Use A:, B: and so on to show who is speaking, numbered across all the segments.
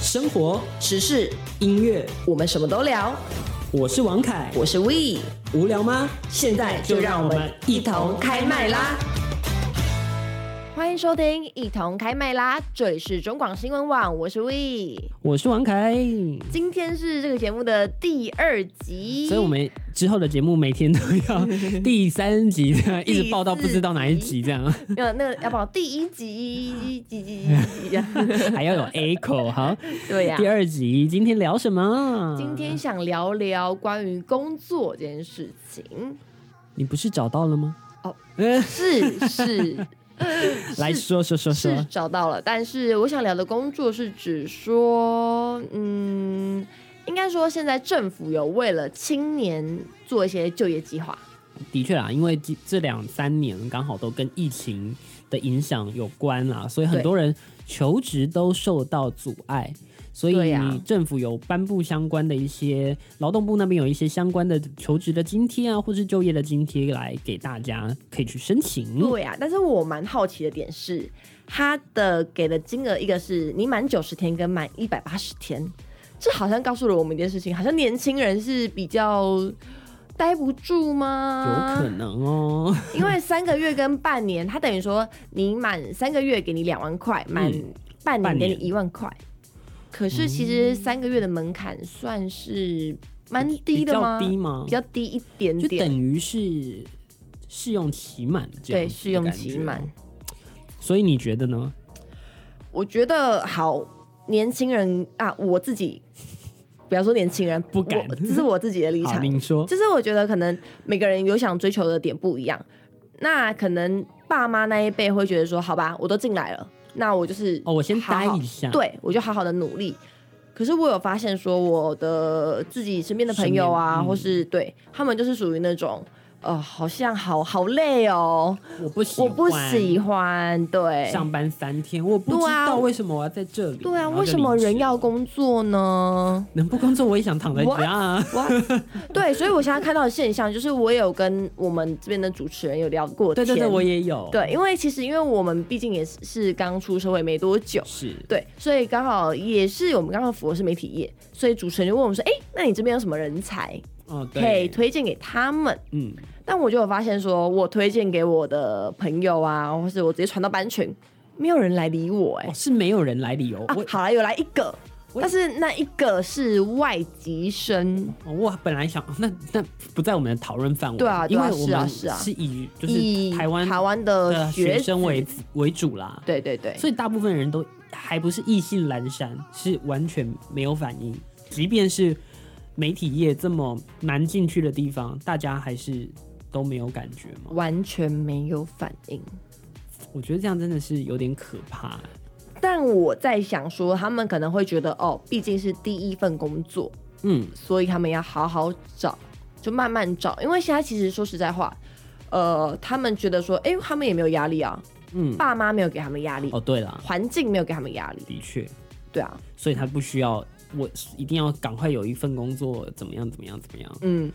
A: 生活、
B: 时事，
A: 音乐，
B: 我们什么都聊。
A: 我是王凯。
B: 我是 We，
A: 无聊吗？
B: 现在就让我们一同开麦啦！欢迎收听《一同开麦啦》，这里是中广新闻网，我是 We，
A: 我是王凯。
B: 今天是这个节目的第二集，
A: 所以我们之后的节目每天都要第三集这样，一
B: 第
A: 直报到不
B: 四
A: 知道哪一集
B: 集
A: 这样，
B: 没有那个要不要第一集，集集集集集，
A: 还要有 echo。好，
B: 对呀、
A: 第二集今天聊什么？
B: 今天想聊聊关于工作这件事情，
A: 你不是找到了吗？
B: 哦，
A: 嗯，
B: 是是
A: 来
B: 是
A: 说说说
B: 是
A: 说，
B: 找到了，但是我想聊的工作是指说，嗯，应该说现在政府有为了青年做一些就业计划，
A: 的确啦，因为这这两三年刚好都跟疫情的影响有关啦，所以很
B: 对
A: 多人求职都受到阻碍。所
B: 对
A: 以
B: 呀
A: 政府有颁布相关的一些，劳动部那边有一些相关的求职的津贴啊，或是就业的津贴来给大家可以去申请。
B: 对啊，但是我蛮好奇的点是，他的给的金额一个是你满九十天跟满一百八十天，这好像告诉了我们一件事情，好像年轻人是比较待不住吗？
A: 有可能哦，
B: 因为三个月跟半年，它等于说你满三个月给你两万块，满
A: 嗯
B: 半
A: 半
B: 年给
A: 年
B: 你一万块。可是其实三个月的门槛算是蛮低的吗？
A: 比较低吗
B: 比较低一点
A: 就
B: 点。
A: 等于是试用期满这样
B: 对，
A: 子的
B: 试用
A: 感
B: 期
A: 觉哦
B: 满。
A: 所以你觉得呢？
B: 我觉得好，年轻人啊，我自己不要说年轻人，
A: 不敢
B: 我这是我自己的立
A: 好，
B: 场。
A: 您说，
B: 就是我觉得可能每个人有想追求的点不一样，那可能爸妈那一辈会觉得说，好吧，我都进来了，那我就是
A: 哦，我先
B: 好
A: 待
B: 好
A: 一下。
B: 对我就好好的努力。可是我有发现说，我的自己身边的朋友
A: 身
B: 啊，
A: 边嗯
B: 或是对他们就是属于那种，呃，好像好好累哦，
A: 我不喜
B: 我
A: 欢，
B: 不喜欢，对。
A: 上班三天，我不知
B: 对啊
A: 道为什么我要在这里。
B: 哎对啊，
A: 然后
B: 为
A: 就
B: 什么
A: 离职
B: 人要工作呢？
A: 能不工作？我也想躺在家啊。
B: 哇，对，所以我现在看到的现象就是，我也有跟我们这边的主持人有聊 过
A: 对
B: 天，
A: 对对，我也有。，
B: 对，因为其实因为我们毕竟也是是刚出社会没多久，
A: 是
B: 对，所以刚好也是我们刚刚服的是媒体业，所以主持人就问我们说，哎、那你这边有什么人才
A: 哦，
B: 可以
A: 对，
B: 推荐给他们？
A: 嗯，
B: 但我就有发现说，我推荐给我的朋友啊，或是我直接传到班群，没有人来理我、哎、
A: 哦，是没有人来理由。
B: 啊
A: 我，
B: 好啦，有来一个，
A: 我
B: 但是那一个是外籍生，
A: 哦我本来想，那那不在我们的讨论范围。
B: 对啊对
A: 因
B: 啊
A: 为我
B: 是啊
A: 们
B: 是啊
A: 是以就
B: 以
A: 是台湾
B: 台湾的
A: 的学
B: 学
A: 生
B: 子
A: 为子为主啦，
B: 对对对，
A: 所以大部分人都还不是意兴阑珊，是完全没有反应。即便是媒体业这么难进去的地方，大家还是都没有感觉吗？
B: 完全没有反应。
A: 我觉得这样真的是有点可怕。
B: 但我在想说，他们可能会觉得哦，毕竟是第一份工作，
A: 嗯，
B: 所以他们要好好找，就慢慢找。因为现在其实说实在话，呃，他们觉得说，哎、他们也没有压力啊，
A: 嗯
B: 爸妈没有给他们压力，
A: 哦，对啦，
B: 环境没有给他们压力，
A: 的确，
B: 对啊，
A: 所以他不需要我一定要赶快有一份工作，怎么样怎么样怎么样。
B: 嗯，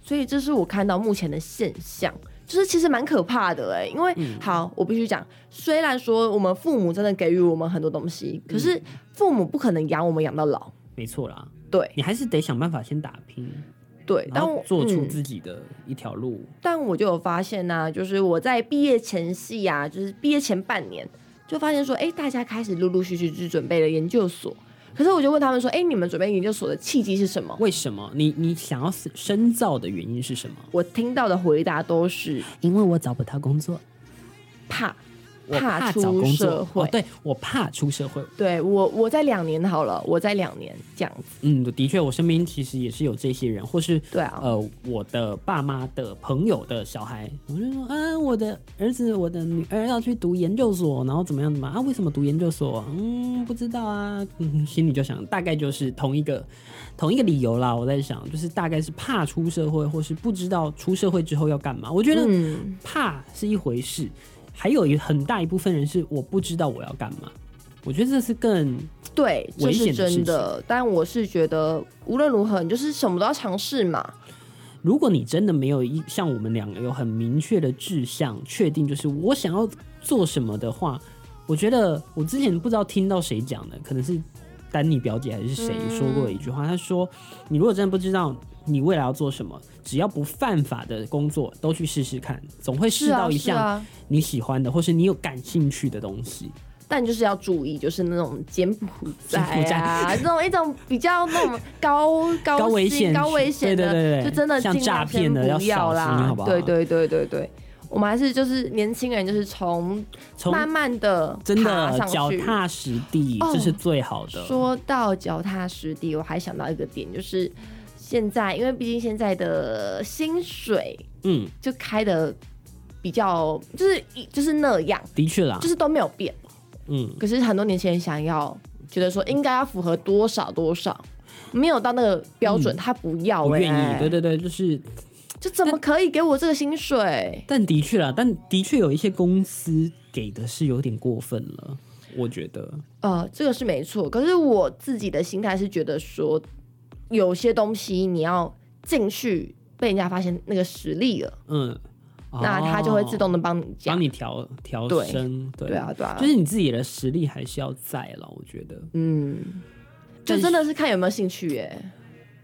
B: 所以这是我看到目前的现象。就是其实蛮可怕的哎、因为、
A: 嗯
B: 好，我必须讲，虽然说我们父母真的给予我们很多东西，可是
A: 嗯
B: 父母不可能养我们养到老，
A: 没错啦，
B: 对
A: 你还是得想办法先打拼，
B: 对。
A: 然
B: 但
A: 后
B: 我
A: 做出
B: 嗯
A: 自己的一条路。
B: 但我就有发现呐、就是我在毕业前夕啊，就是毕业前半年，就发现说，哎，大家开始陆陆续续去准备了研究所。可是我就问他们说，哎，你们准备研究所的契机是什么？
A: 为什么？你你想要深造的原因是什么？
B: 我听到的回答都是
A: 因为我找不到工作，
B: 怕，
A: 我怕找
B: 出
A: 工
B: 社
A: 作。
B: 会。
A: 哦，对，我怕出社会。
B: 对我，我在两年好了，我在两年这样子。
A: 嗯，的确，我身边其实也是有这些人，或是
B: 对啊
A: 呃，我的爸妈的朋友的小孩，我就说，嗯、我的儿子、我的女儿要去读研究所，然后怎么样怎么样啊？为什么读研究所？嗯，不知道啊。嗯，心里就想，大概就是同一个同一个理由啦。我在想，就是大概是怕出社会，或是不知道出社会之后要干嘛。我觉得
B: 嗯，
A: 怕是一回事，还有一很大一部分人是我不知道我要干嘛。我觉得这是更
B: 对，这
A: 危
B: 是
A: 险的事
B: 真的。但我是觉得，无论如何，你就是什么都要尝试嘛。
A: 如果你真的没有一像我们两个有很明确的志向，确定就是我想要做什么的话，我觉得我之前不知道听到谁讲的，可能是丹尼表姐还是谁说过一句话，她说：“你如果真的不知道你未来要做什么，只要不犯法的工作都去试试看，总会试
B: 是啊
A: 到一
B: 是
A: 项
B: 啊，
A: 你喜欢的、或是你有感兴趣的东西。
B: 但就是要注意，就是那种柬埔寨
A: 柬埔
B: 啊，这种一种比较那种高高
A: 高危
B: 薪
A: 险
B: 高危险的，
A: 对对对对
B: 就真的
A: 像
B: 尽量
A: 诈骗
B: 先
A: 的要
B: 不要
A: 小心
B: 啦，
A: 好不好
B: 对对对对对，我们还是就是年轻人，就是从
A: 从
B: 慢慢的
A: 真的脚
B: 上去。
A: 踏实地，
B: 哦
A: 这是最好的。
B: 说到脚踏实地，我还想到一个点，就是现在，因为毕竟现在的薪水
A: 嗯，
B: 就开的比较，就是一就是那样，
A: 的确啦
B: 就，是都没有变。
A: 嗯，
B: 可是很多年轻人想要觉得说应该要符合多少多少，没有到那个标准，他不要、
A: 嗯我
B: 欸，
A: 愿意，对对对，就是，
B: 就怎么可以给我这个薪水？
A: 但的确啦，但的确有一些公司给的是有点过分了，我觉得，
B: 呃，这个是没错。可是我自己的心态是觉得说，有些东西你要进去被人家发现那个实力了，
A: 嗯，
B: 那他就会自
A: 哦
B: 动的帮你讲
A: 帮。你调调
B: 对
A: 升，对
B: 对啊，对啊，
A: 就是你自己的实力还是要在了，我觉得。
B: 嗯，
A: 但
B: 就是真的是看有没有兴趣耶、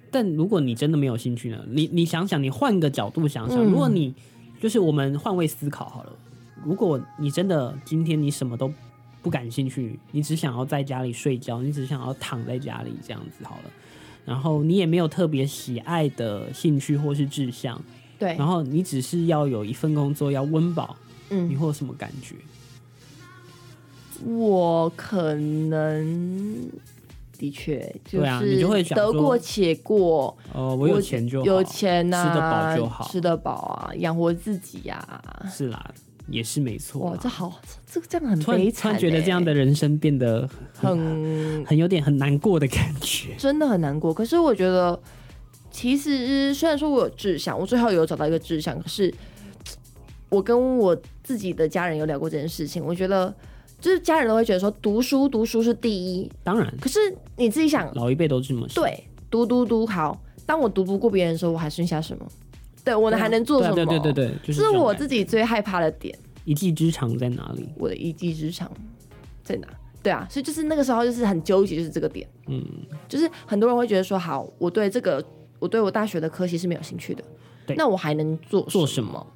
A: 但如果你真的没有兴趣呢？你你想想，你换个角度想想，
B: 嗯
A: 如果你就是我们换位思考好了，如果你真的今天你什么都不感兴趣，你只想要在家里睡觉，你只想要躺在家里这样子好了，然后你也没有特别喜爱的兴趣或是志向，
B: 对
A: 然，后你只是要有一份工作要温饱，你
B: 嗯，
A: 会有什么感觉？
B: 我可能的确就
A: 对啊
B: 是
A: 你就会想
B: 得
A: 说
B: 过且过，
A: 呃，我有钱就好，
B: 有钱呐、
A: 吃得饱就好
B: 吃得饱啊，养活自己呀、
A: 是啦，也是没错
B: 哇，
A: 啦。
B: 这好，这这这样很
A: 啊突
B: 悲
A: 然
B: 惨、
A: 突然
B: 欸，
A: 觉得这样的人生变得
B: 很
A: 很有点很难过的感觉。
B: 真的很难过。可是我觉得，其实虽然说我有志向，我最后有找到一个志向，可是我跟我自己的家人有聊过这件事情，我觉得就是家人都会觉得说读书读书是第一，
A: 当然，
B: 可是你自己想，
A: 老一辈都这么说。
B: 对，读读读好，当我读不过别人的时候，我还剩下什么？对我还能做什么？
A: 对啊对对对对，就是
B: 是
A: 这种
B: 我
A: 感觉
B: 自己最害怕的点。
A: 一技之长在哪里？
B: 我的一技之长在哪？对啊，所以就是那个时候就是很纠结，就是这个点，
A: 嗯，
B: 就是很多人会觉得说，好，我对这个，我对我大学的科系是没有兴趣的
A: 对，
B: 那我还能做
A: 做
B: 什
A: 什
B: 么？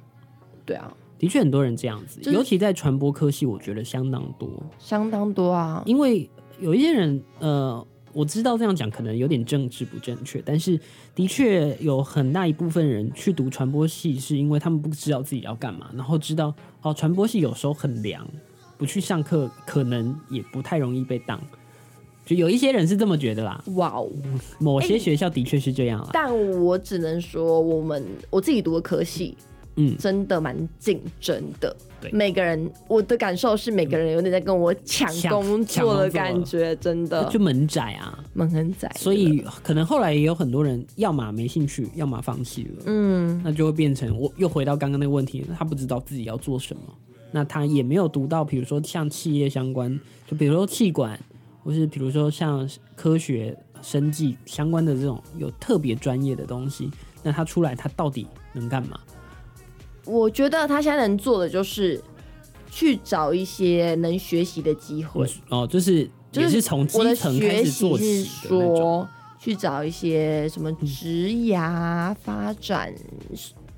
B: 对啊，
A: 的确很多人这样子，
B: 就是
A: 尤其在传播科系，我觉得相当多，
B: 相当多啊，
A: 因为有一些人，呃。我知道这样讲可能有点政治不正确，但是的确有很大一部分人去读传播系，是因为他们不知道自己要干嘛，然后知道哦，传播系有时候很凉，不去上课可能也不太容易被当，就有一些人是这么觉得啦。
B: 哇哦！
A: 某
B: 哎
A: 些
B: 你
A: 学校的确是这样啊啦，
B: 但我只能说，我们我自己读的科系
A: 嗯，
B: 真的蛮竞争的。
A: 对
B: 每个人，我的感受是每个人有点在跟我抢
A: 抢
B: 工
A: 抢工
B: 作的
A: 作
B: 感觉，真的
A: 就门窄啊，
B: 门很窄。
A: 所以可能后来也有很多人，要么没兴趣，要么放弃了，
B: 嗯，
A: 那就会变成我又回到刚刚那个问题，他不知道自己要做什么，那他也没有读到，比如说像企业相关，就比如说气管，或是比如说像科学、生技相关的这种有特别专业的东西，那他出来他到底能干嘛？
B: 我觉得他现在能做的就是去找一些能学习的机
A: 我
B: 会。
A: 哦，就是
B: 就是
A: 也是从
B: 我的
A: 基层开
B: 学
A: 始
B: 习
A: 做
B: 是
A: 起的那种
B: 说去找一些什么职涯发展，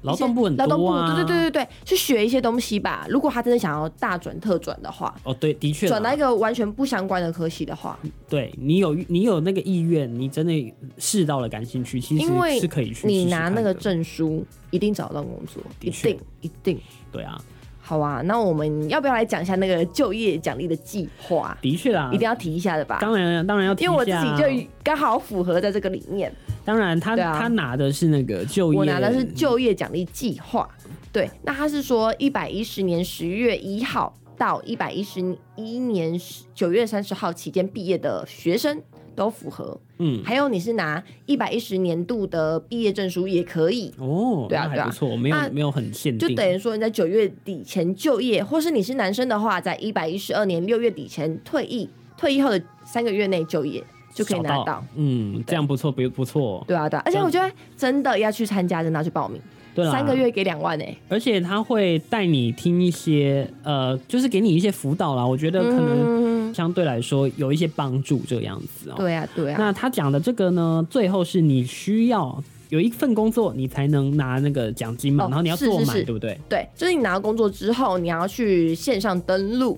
A: 劳动部很
B: 劳动
A: 多
B: 部，
A: 啊，
B: 对对对对对，去学一些东西吧。如果他真的想要大转特转的话，
A: 哦对，的确啦
B: 转到一个完全不相关的科系的话，
A: 对你有你有那个意愿，你真的试到了感兴趣，其实
B: 因为
A: 是可以去试试
B: 你拿
A: 看
B: 那个
A: 的
B: 证书一定找得到工作，
A: 的
B: 一
A: 确
B: 定一定。
A: 对啊，
B: 好啊，那我们要不要来讲一下那个就业奖励的计划？
A: 的确啦，
B: 一定要提一下的吧。
A: 当然当然啊要提一
B: 因
A: 下
B: 为
A: 啊，
B: 我自己就刚好符合在这个里面，
A: 当然他、
B: 对啊
A: 他拿的是那个就业，
B: 我拿的是就业奖励计划。对，那他是说一百一十年十月一号到一百一十一年九月三十号期间毕业的学生都符合，
A: 嗯
B: 还有你是拿一百一十年度的毕业证书也可以。
A: 哦，
B: 对啊
A: 那
B: 对
A: 还
B: 啊
A: 不错，没有
B: 那
A: 没有很限
B: 就
A: 定，
B: 等于说你在九月底前就业，或是你是男生的话，在一百一十二年六月底前退役，退役后的三个月内就业就可以
A: 找
B: 拿
A: 到，嗯，这样不错，不不错，
B: 对啊，对啊，而且我觉得真的要去参加，真的要去报名，
A: 对啦，
B: 三个，月给两万哎、
A: 而且他会带你听一些呃，就是给你一些辅导啦，我觉得可能。
B: 嗯哼，
A: 相对来说有一些帮助这样子哦。
B: 对啊，对啊，
A: 那他讲的这个呢，最后是你需要有一份工作，你才能拿那个奖金嘛，
B: 哦
A: 然后你要
B: 是
A: 做
B: 是
A: 满，
B: 是
A: 对不对？
B: 对，就是你拿到工作之后，你要去线上登录，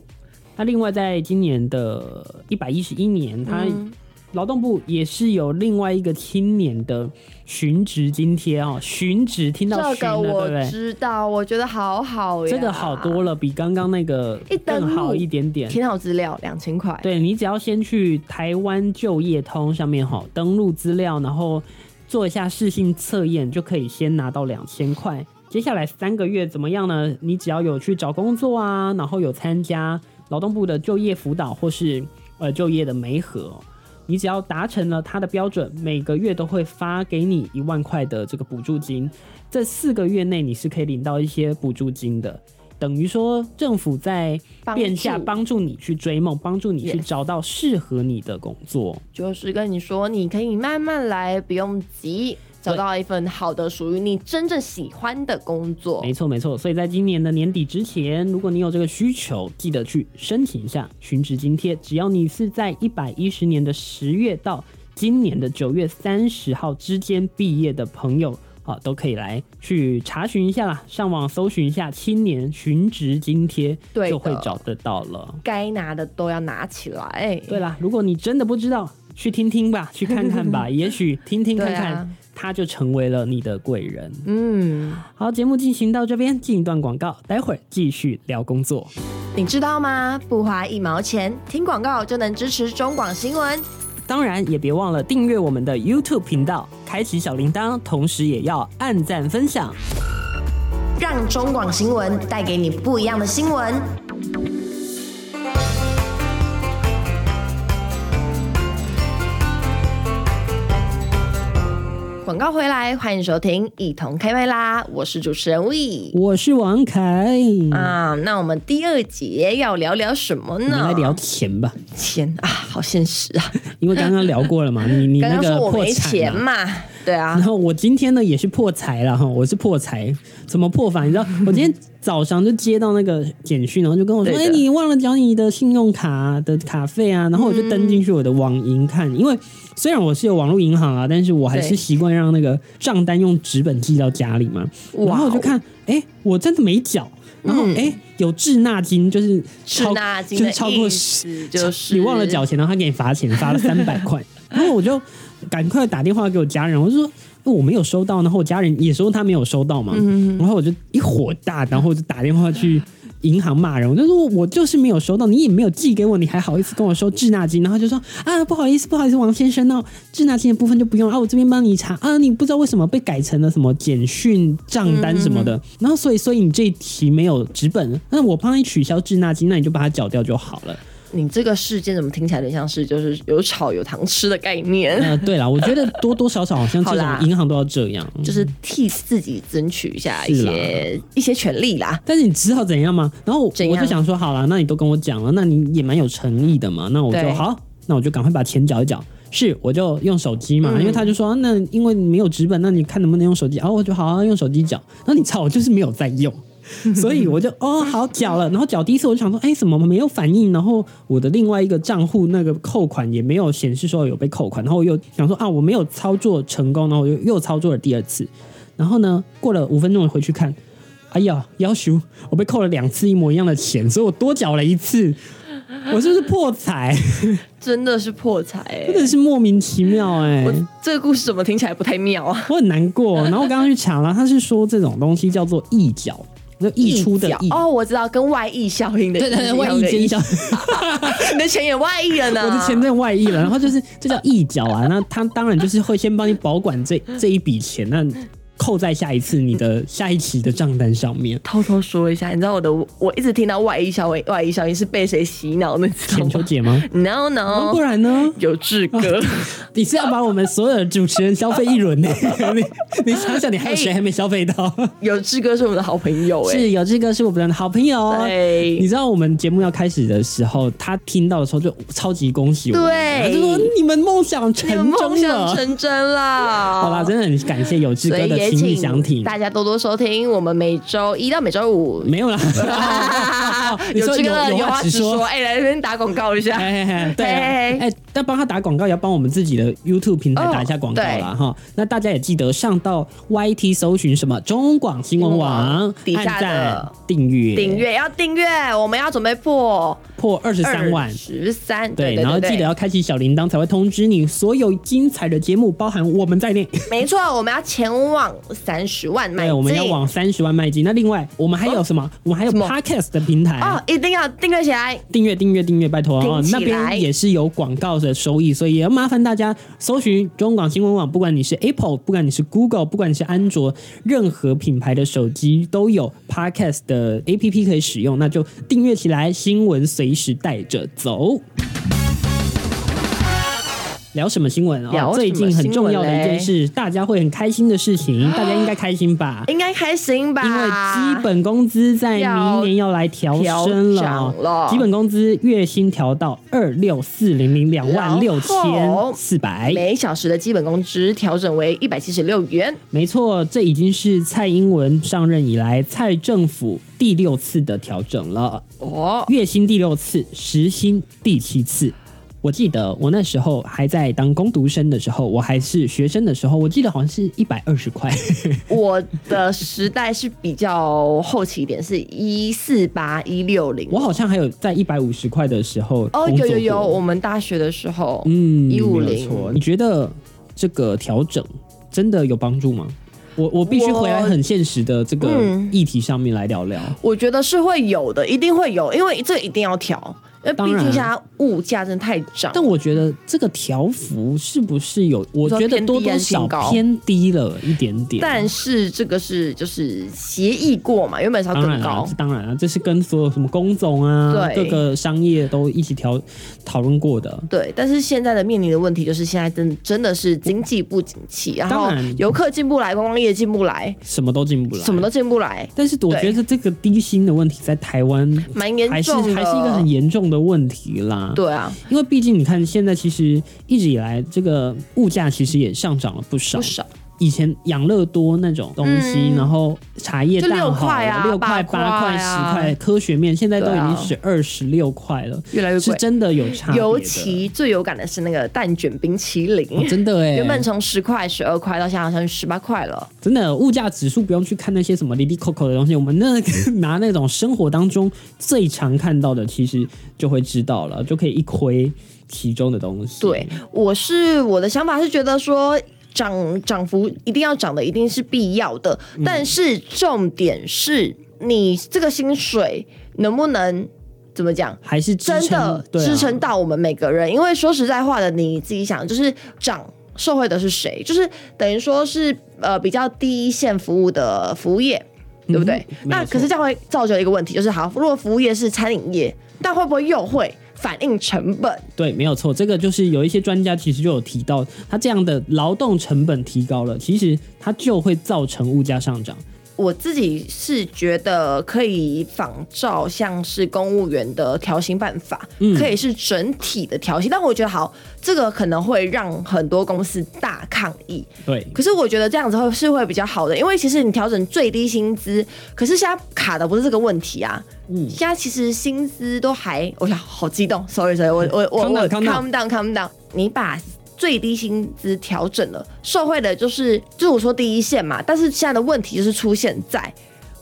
A: 那另外，在今年的一百一十一年，他
B: 嗯
A: 劳动部也是有另外一个青年的寻职津贴哦，寻职听到
B: 这
A: 寻
B: 个
A: 了，对
B: 我
A: 不对？
B: 知道，啊我觉得好好呀，
A: 这个好多了，比刚刚那个
B: 一登
A: 更
B: 录
A: 好一点点。
B: 填好资料两千块，
A: 对你只要先去台湾就业通上面哈登录资料，然后做一下试性测验，就可以先拿到两千块。接下来三个月怎么样呢？你只要有去找工作啊，然后有参加劳动部的就业辅导或是呃就业的媒合哦，你只要达成了他的标准，每个月都会发给你一万块的这个补助金。这四个月内你是可以领到一些补助金的，等于说政府在
B: 帮
A: 变相
B: 助
A: 帮助你去追梦，帮助你去
B: Yes
A: 找到适合你的工作。
B: 就是跟你说，你可以慢慢来，不用急，找到一份好的属于你真正喜欢的工作
A: 没。错，没错。所以在今年的年底之前，如果你有这个需求，记得去申请一下寻职津贴。只要你是在一百一十年的十月到今年的九月三十号之间毕业的朋友。啊，都可以来去查询一下啦，上网搜寻一下青年寻职津贴，
B: 对的
A: 就会找得到了。
B: 该拿的都要拿起来，
A: 对啦，如果你真的不知道，去听听吧，去看看
B: 啊
A: 吧，也许听听看
B: 对
A: 看
B: 啊，
A: 他就成为了你的贵人。
B: 嗯，
A: 好，节目进行到这边，进一段广告，待会儿继续聊工作。
B: 你知道吗？不花一毛钱，听广告就能支持中广新闻。
A: 当然，也别忘了订阅我们的 YouTube 频道，开启小铃铛，同时也要按赞分享。
B: 让中广新闻带给你不一样的新闻。广告回来，欢迎收听《一同开麦啦》，我是主持人 We。
A: 我是王凯，
B: 啊，那我们第二节要聊聊什么
A: 我们
B: 呢？
A: 来聊钱吧，
B: 钱啊，好现实啊！
A: 因为刚刚聊过了嘛，你你
B: 刚
A: 那
B: 刚
A: 个
B: 说我
A: 破
B: 没
A: 产啊
B: 钱
A: 嘛。
B: 嘛，对啊
A: 然，后我今天呢也是破财了哈，我是破财，怎么破法？你知 道，我今天早上就接到那个简讯，然后就跟我说，哎、
B: 对的
A: 你忘了缴你的信用卡的卡费啊，然后我就登进去我的网银看，因为虽然我是有网络银行啊，但是我还是
B: 对
A: 习惯让那个账单用纸本寄到家里嘛，然后我就
B: 哇哦
A: 看，哎、我真的没缴。然后，哎、
B: 嗯
A: 有滞纳金，就是
B: 滞
A: 超
B: 纳金
A: 就
B: 的
A: 是超过十
B: 意思就是
A: 你忘了缴钱，然后他给你罚钱，罚了三百块。 然后我就赶快打电话给我家人，我就说。呃我没有收到，然后我家人也说他没有收到嘛，然后我就一火大，然后我就打电话去银行骂人，我就说我就是没有收到，你也没有寄给我，你还好意思跟我收滞纳金？然后他就说啊，不好意思，不好意思，王先生，那滞纳金的部分就不用啊，我这边帮你查啊，你不知道为什么被改成了什么简讯账单什么的，然后所以所以你这一题没有纸本，那我帮你取消滞纳金，那你就把它缴掉就好了。
B: 你这个事件怎么听起来有点像是就是有炒有糖吃的概念，
A: 呃，对啦，我觉得多多少少好像这
B: 好
A: 种
B: 啦
A: 银行都要这样。
B: 就是替自己争取一下
A: 是
B: 一
A: 啦
B: 些一些权利啦。
A: 但是你知道怎样吗？然后我
B: 怎
A: 我
B: 样
A: 就想说，好啦，那你都跟我讲了，那你也蛮有诚意的嘛，那我就
B: 对
A: 好，那我就赶快把钱缴一缴。是，我就用手机
B: 嗯
A: 嘛，因为他就说，啊那因为你没有纸本，那你看能不能用手机？哦，我就好、啊、用手机缴。那你操，我就是没有在 用，所以我就哦好缴了。然后缴第一次我就想说，哎、怎么没有反应？然后我的另外一个账户那个扣款也没有显示说有被扣款，然后我又想说啊，我没有操作成功，然后我就又操作了第二次。然后呢，过了五分钟我回去看，哎呀，要求我被扣了两次一模一样的钱，所以我多缴了一 次。我是不是破财？
B: 真的是破财、欸
A: 真，的是莫名其妙哎、
B: 我这个故事怎么听起来不太妙啊？
A: 我很难过。 然后我刚刚去查了，他是说这种东西叫做溢缴，就溢出的
B: 一角
A: 溢。
B: 哦，我知道，跟外溢效应的
A: 对对 对，外溢
B: 溢
A: 兼销，
B: 你的钱也外溢了呢。
A: 我的钱在外溢了，然后就是这叫溢缴啊。那他当然就是会先帮你保管这这一笔钱，那扣在下一次你的下一期的账单上 面。
B: 偷偷说一下，你知道我的我一直听到外溢效应，外溢效应是被谁洗脑那
A: 浅
B: 种
A: 秋姐吗？
B: ？No
A: 那不
B: No，
A: 然呢？
B: 有志哥。
A: 你是要把我们所有的主持人消费一轮呢？你你想想，你还有谁还没消费到？
B: 有志哥是我们的好朋友哎、
A: 是有这个是我们的好朋友。
B: 对
A: 你知道我们节目要开始的时候，他听到的时候就超级恭喜我们，
B: 对
A: 他就说你们梦想
B: 你们
A: 成
B: 梦
A: 真
B: 想
A: 了。
B: 成真啦！
A: 好啦，真的很感谢有志哥
B: 所以
A: 的
B: 也
A: 倾意想挺，
B: 大家多多收听我们每周一到每周五。
A: 没 有啦。 你
B: 有
A: 说
B: 这个
A: 有有
B: 话
A: 话
B: 直
A: 直
B: 说，
A: 说
B: 哎、来这边打广告一 下。
A: 哎哎哎，对啊，
B: 嘿嘿嘿
A: 哎，但帮他打广告，也要帮我们自己的 YouTube 平台
B: 哦
A: 打一下广告啦哈。那大家也记得上到 YT 搜寻什么中广新闻网，
B: 新闻网
A: 按
B: 底下的
A: 赞订阅
B: 订阅要订阅，我们要准备破
A: 破二十三万。
B: 十三，
A: 对，
B: 对对
A: 然后
B: 对
A: 记得要开启小铃铛，才会通知你所有精彩的节目，包含我们在内。
B: 没错，我们要前往三十万买
A: 对，
B: 进，
A: 我们要往三十万迈进。那另外，我们还有什么？我们还有
B: 什么
A: Podcast 的平台啊
B: 哦，一定要订阅起来。
A: 订阅订阅订阅，拜托哦
B: 听！起
A: 那
B: 来
A: 边也是有广告的收益，所以也要麻烦大家搜寻中广新闻网，不管你是 Apple，不管你是 Google，不管你是安卓，任何品牌的手机都有 Podcast 的 APP 可以使用，那就订阅起来，新闻随时带着走。聊什么新闻
B: 聊什
A: 哦？
B: 么
A: 最近很重要的一件
B: 新
A: 事，大家会很开心的事 情，大家应该开心吧？
B: 应该还行吧，
A: 因为基本工资在明年要来调升
B: 调
A: 了
B: 涨，了
A: 基本工资月薪调到二六四零零两万六
B: 然后
A: 千四百。
B: 每小时的基本工资调整为一百七十六元，
A: 没错，这已经是蔡英文上任以来蔡政府第六次的调整了，
B: 哦，
A: 月薪第六次，时薪第七次。我记得我那时候还在当工读生的时候，我还是学生的时候，我记得好像是一百二十块。
B: 我的时代是比较后期一点，是一四八一六零。
A: 我好像还有在一百五十块的时候
B: 哦，
A: 工作
B: 有有有，
A: 过
B: 我们大学的时候，
A: 嗯，
B: 150
A: 没有错你觉得这个调整真的有帮助吗？我我必须回来很现实的这个
B: 嗯
A: 议题上面来聊聊。
B: 我觉得是会有的，一定会有，因为这一定要调，因为毕
A: 当然
B: 竟现在物价真的太涨。
A: 但我觉得这个调幅是不是有？我觉得多多少偏低了一点点。
B: 但是这个是就是协议过嘛，原本是要
A: 当然
B: 更
A: 了
B: 高，，
A: 当然了，这是跟所有什么工种啊，各
B: 对
A: 个商业都一起调讨论过的。
B: 对。但是现在的面临的问题就是现在真真的是经济不景气，然后
A: 当然
B: 游客进不来，观光业进不来，
A: 什么都进不来，
B: 什么都进不来，
A: 但是我觉得这个低薪的问题在台湾
B: 蛮严
A: 还是
B: 重的。
A: 还是一个很严重的问题啦。
B: 对啊，
A: 因为毕竟你看，现在其实一直以来这个物价其实也上涨了不少。
B: 不少。
A: 以前养乐多那种东西，
B: 嗯
A: 然后茶叶蛋
B: 就六
A: 好
B: 块
A: 了
B: 啊
A: 六块、
B: 八
A: 八块、
B: 块
A: 十
B: 啊
A: 块，科学面现在都已
B: 对
A: 经
B: 啊
A: 十二、十六块了，
B: 越来越
A: 是
B: 贵
A: 真的有差别的。
B: 尤其最有感的是那个蛋卷冰淇
A: 哦
B: 淋，
A: 真 的哎，
B: 原本从十块、十二块到现在好像十八块了。
A: 真的物价指数不用去看那些什么离离扣扣的东西，我们那 拿那种生活当中最常看到的，其实就会知道了，就可以一窥其中的东西。
B: 对，我是我的想法是觉得说。涨涨幅一定要涨的，一定是必要的。但是重点是你这个薪水能不能怎么讲？
A: 还是支
B: 真的
A: 撑对啊
B: 支撑到我们每个人。因为说实在话的，你自己想，就是涨受惠的是谁？就是等于说是呃比较第一线服务的服务业，对不对？
A: 嗯没有
B: 那
A: 错
B: 可是这样会造就一个问题，就是好，如果服务业是餐饮业，但会不会又会反映成本？
A: 对，没有错，这个就是有一些专家其实就有提到，他这样的劳动成本提高了，其实它就会造成物价上涨。
B: 我自己是觉得可以仿照像是公务员的调薪办法，
A: 嗯
B: 可以是整体的调薪，但我觉得好，这个可能会让很多公司大抗议。
A: 对，
B: 可是我觉得这样子会是会比较好的，因为其实你调整最低薪资，可是现在卡的不是这个问题啊。嗯，现在其实薪资都还，我想好激动，sorry sorry，我我我
A: Calm down,
B: 我
A: calm down
B: calm down calm down，你把最低薪资调整了，受惠的就是就是我说第一线嘛，但是现在的问题就是出现在，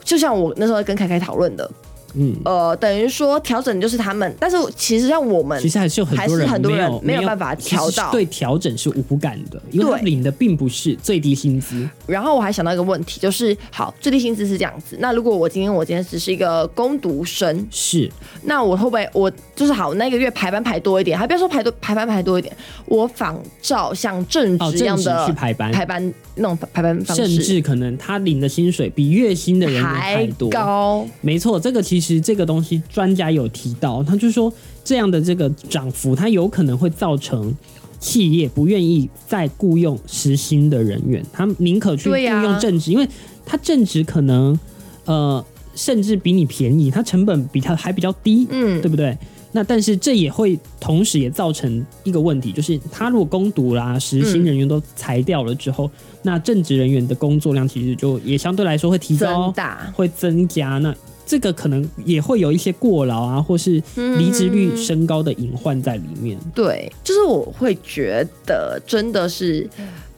B: 就像我那时候跟凯凯讨论的，
A: 嗯，
B: 呃，等于说调整就是他们，但是其实像我们
A: 其实还是有很多人
B: 还是很多
A: 没
B: 人
A: 有
B: 没有办法
A: 其实
B: 调到
A: 对调整是无感的，因为他
B: 对
A: 领的并不是最低薪资。
B: 然后我还想到一个问题，就是好，最低薪资是这样子。那如果我今天我今天只是一个工读生，
A: 是，
B: 那我会不会我就是好那个月排班排多一点？还不要说排多排班排多一点，我仿照像正
A: 哦
B: 职一样
A: 正职
B: 的
A: 去排班
B: 排班那种排班方
A: 甚
B: 式，
A: 至可能他领的薪水比月薪的人还
B: 还
A: 多。
B: 高。
A: 没错，这个其实这个东西专家有提到，他就说这样的这个涨幅，它有可能会造成企业不愿意再雇佣时薪的人员，他宁可去雇
B: 对呀
A: 佣正职，因为他正职可能呃甚至比你便宜，他成本比他还比较低，
B: 嗯
A: 对不对？那但是这也会同时也造成一个问题，就是他如果攻读啦，实
B: 嗯
A: 薪人员都裁掉了之后，那正职人员的工作量其实就也相对来说会提高哦
B: 增，大，
A: 会增加。那这个可能也会有一些过劳啊，或是离职率升高的隐患在里面。
B: 对，就是我会觉得真的是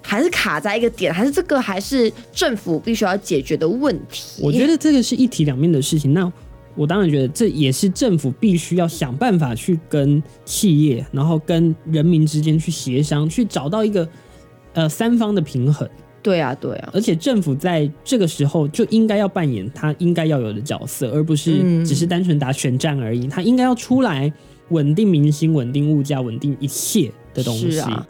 B: 还是卡在一个点，还是这个还是政府必须要解决的问题。
A: 我觉得这个是一体两面的事情。那我当然觉得这也是政府必须要想办法去跟企业，然后跟人民之间去协商，去找到一个呃三方的平衡。
B: 对啊，对啊，
A: 而且政府在这个时候就应该要扮演他应该要有的角色，而不是
B: 嗯
A: 只是单纯打选战而已。他应该要出来稳定民心、稳定物价、稳定一切的东西。
B: 是啊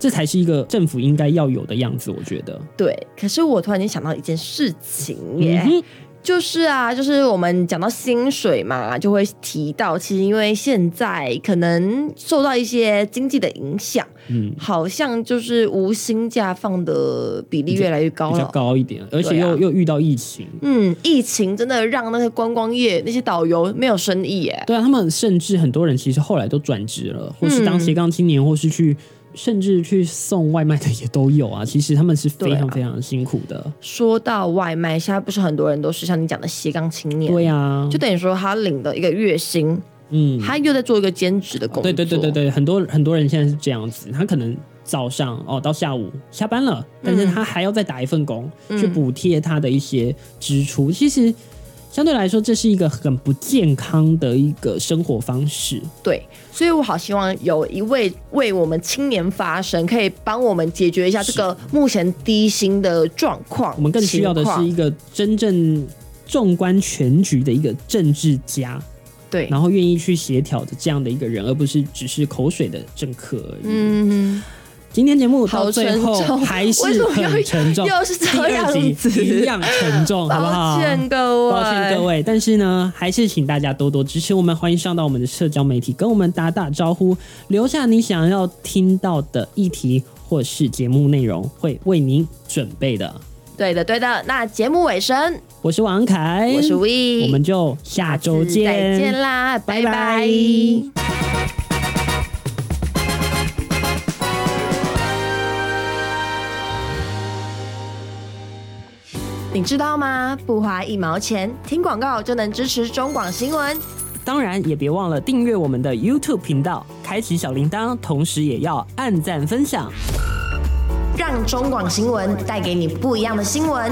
A: 这才是一个政府应该要有的样子，我觉得。
B: 对。可是我突然间想到一件事情耶，
A: 嗯哼
B: 就是啊，就是我们讲到薪水嘛，就会提到，其实因为现在可能受到一些经济的影响，
A: 嗯，
B: 好像就是无薪假放的比例越来越高
A: 比较
B: 了。
A: 高一点，而且又、
B: 对啊
A: 又遇到疫情，
B: 嗯，疫情真的让那些观光业那些导游没有生意耶。
A: 对啊，他们甚至很多人其实后来都转职了，或是当斜杠青年，或是去甚至去送外卖的也都有啊。其实他们是非常
B: 对啊
A: 非常辛苦的，
B: 说到外卖，现在不是很多人都是像你讲的斜杠青年，
A: 对啊，
B: 就等于说他领了一个月薪，
A: 嗯，
B: 他又在做一个兼职的工作。
A: 对对对对对，很多很多人现在是这样子，他可能早上哦到下午下班了，但是他还要再打一份工、
B: 嗯
A: 去补贴他的一些支出。其实相对来说，这是一个很不健康的一个生活方式。
B: 对所以我好希望有一位为我们青年发声，可以帮我们解决一下这个目前低薪的状况。
A: 我们更需要的
B: 情
A: 是
B: 况
A: 一个真正纵观全局的一个政治家，
B: 对，
A: 然后愿意去协调的这样的一个人，而不是只是口水的政客而已。
B: 嗯，
A: 今天节目到
B: 好
A: 最后
B: 沉重
A: 还
B: 为
A: 是
B: 什么又
A: 很沉重，
B: 又是这
A: 第二集
B: 样子
A: 一样沉 重，好不好？
B: 抱歉各位，
A: 抱歉各位，但是呢，还是请大家多多支持我们，欢迎上到我们的社交媒体，跟我们打打招呼，留下你想要听到的议题或是节目内容，会为您准备的。
B: 对的对的。那节目尾声，
A: 我是王凯，
B: 我是 We，
A: 我们就下周见，
B: 再见啦，拜
A: 拜
B: 拜
A: 拜
B: 你知道吗？不花一毛钱，听广告就能支持中广新闻。
A: 当然也别忘了订阅我们的 YouTube 频道，开启小铃铛，同时也要按赞分享。
B: 让中广新闻带给你不一样的新闻。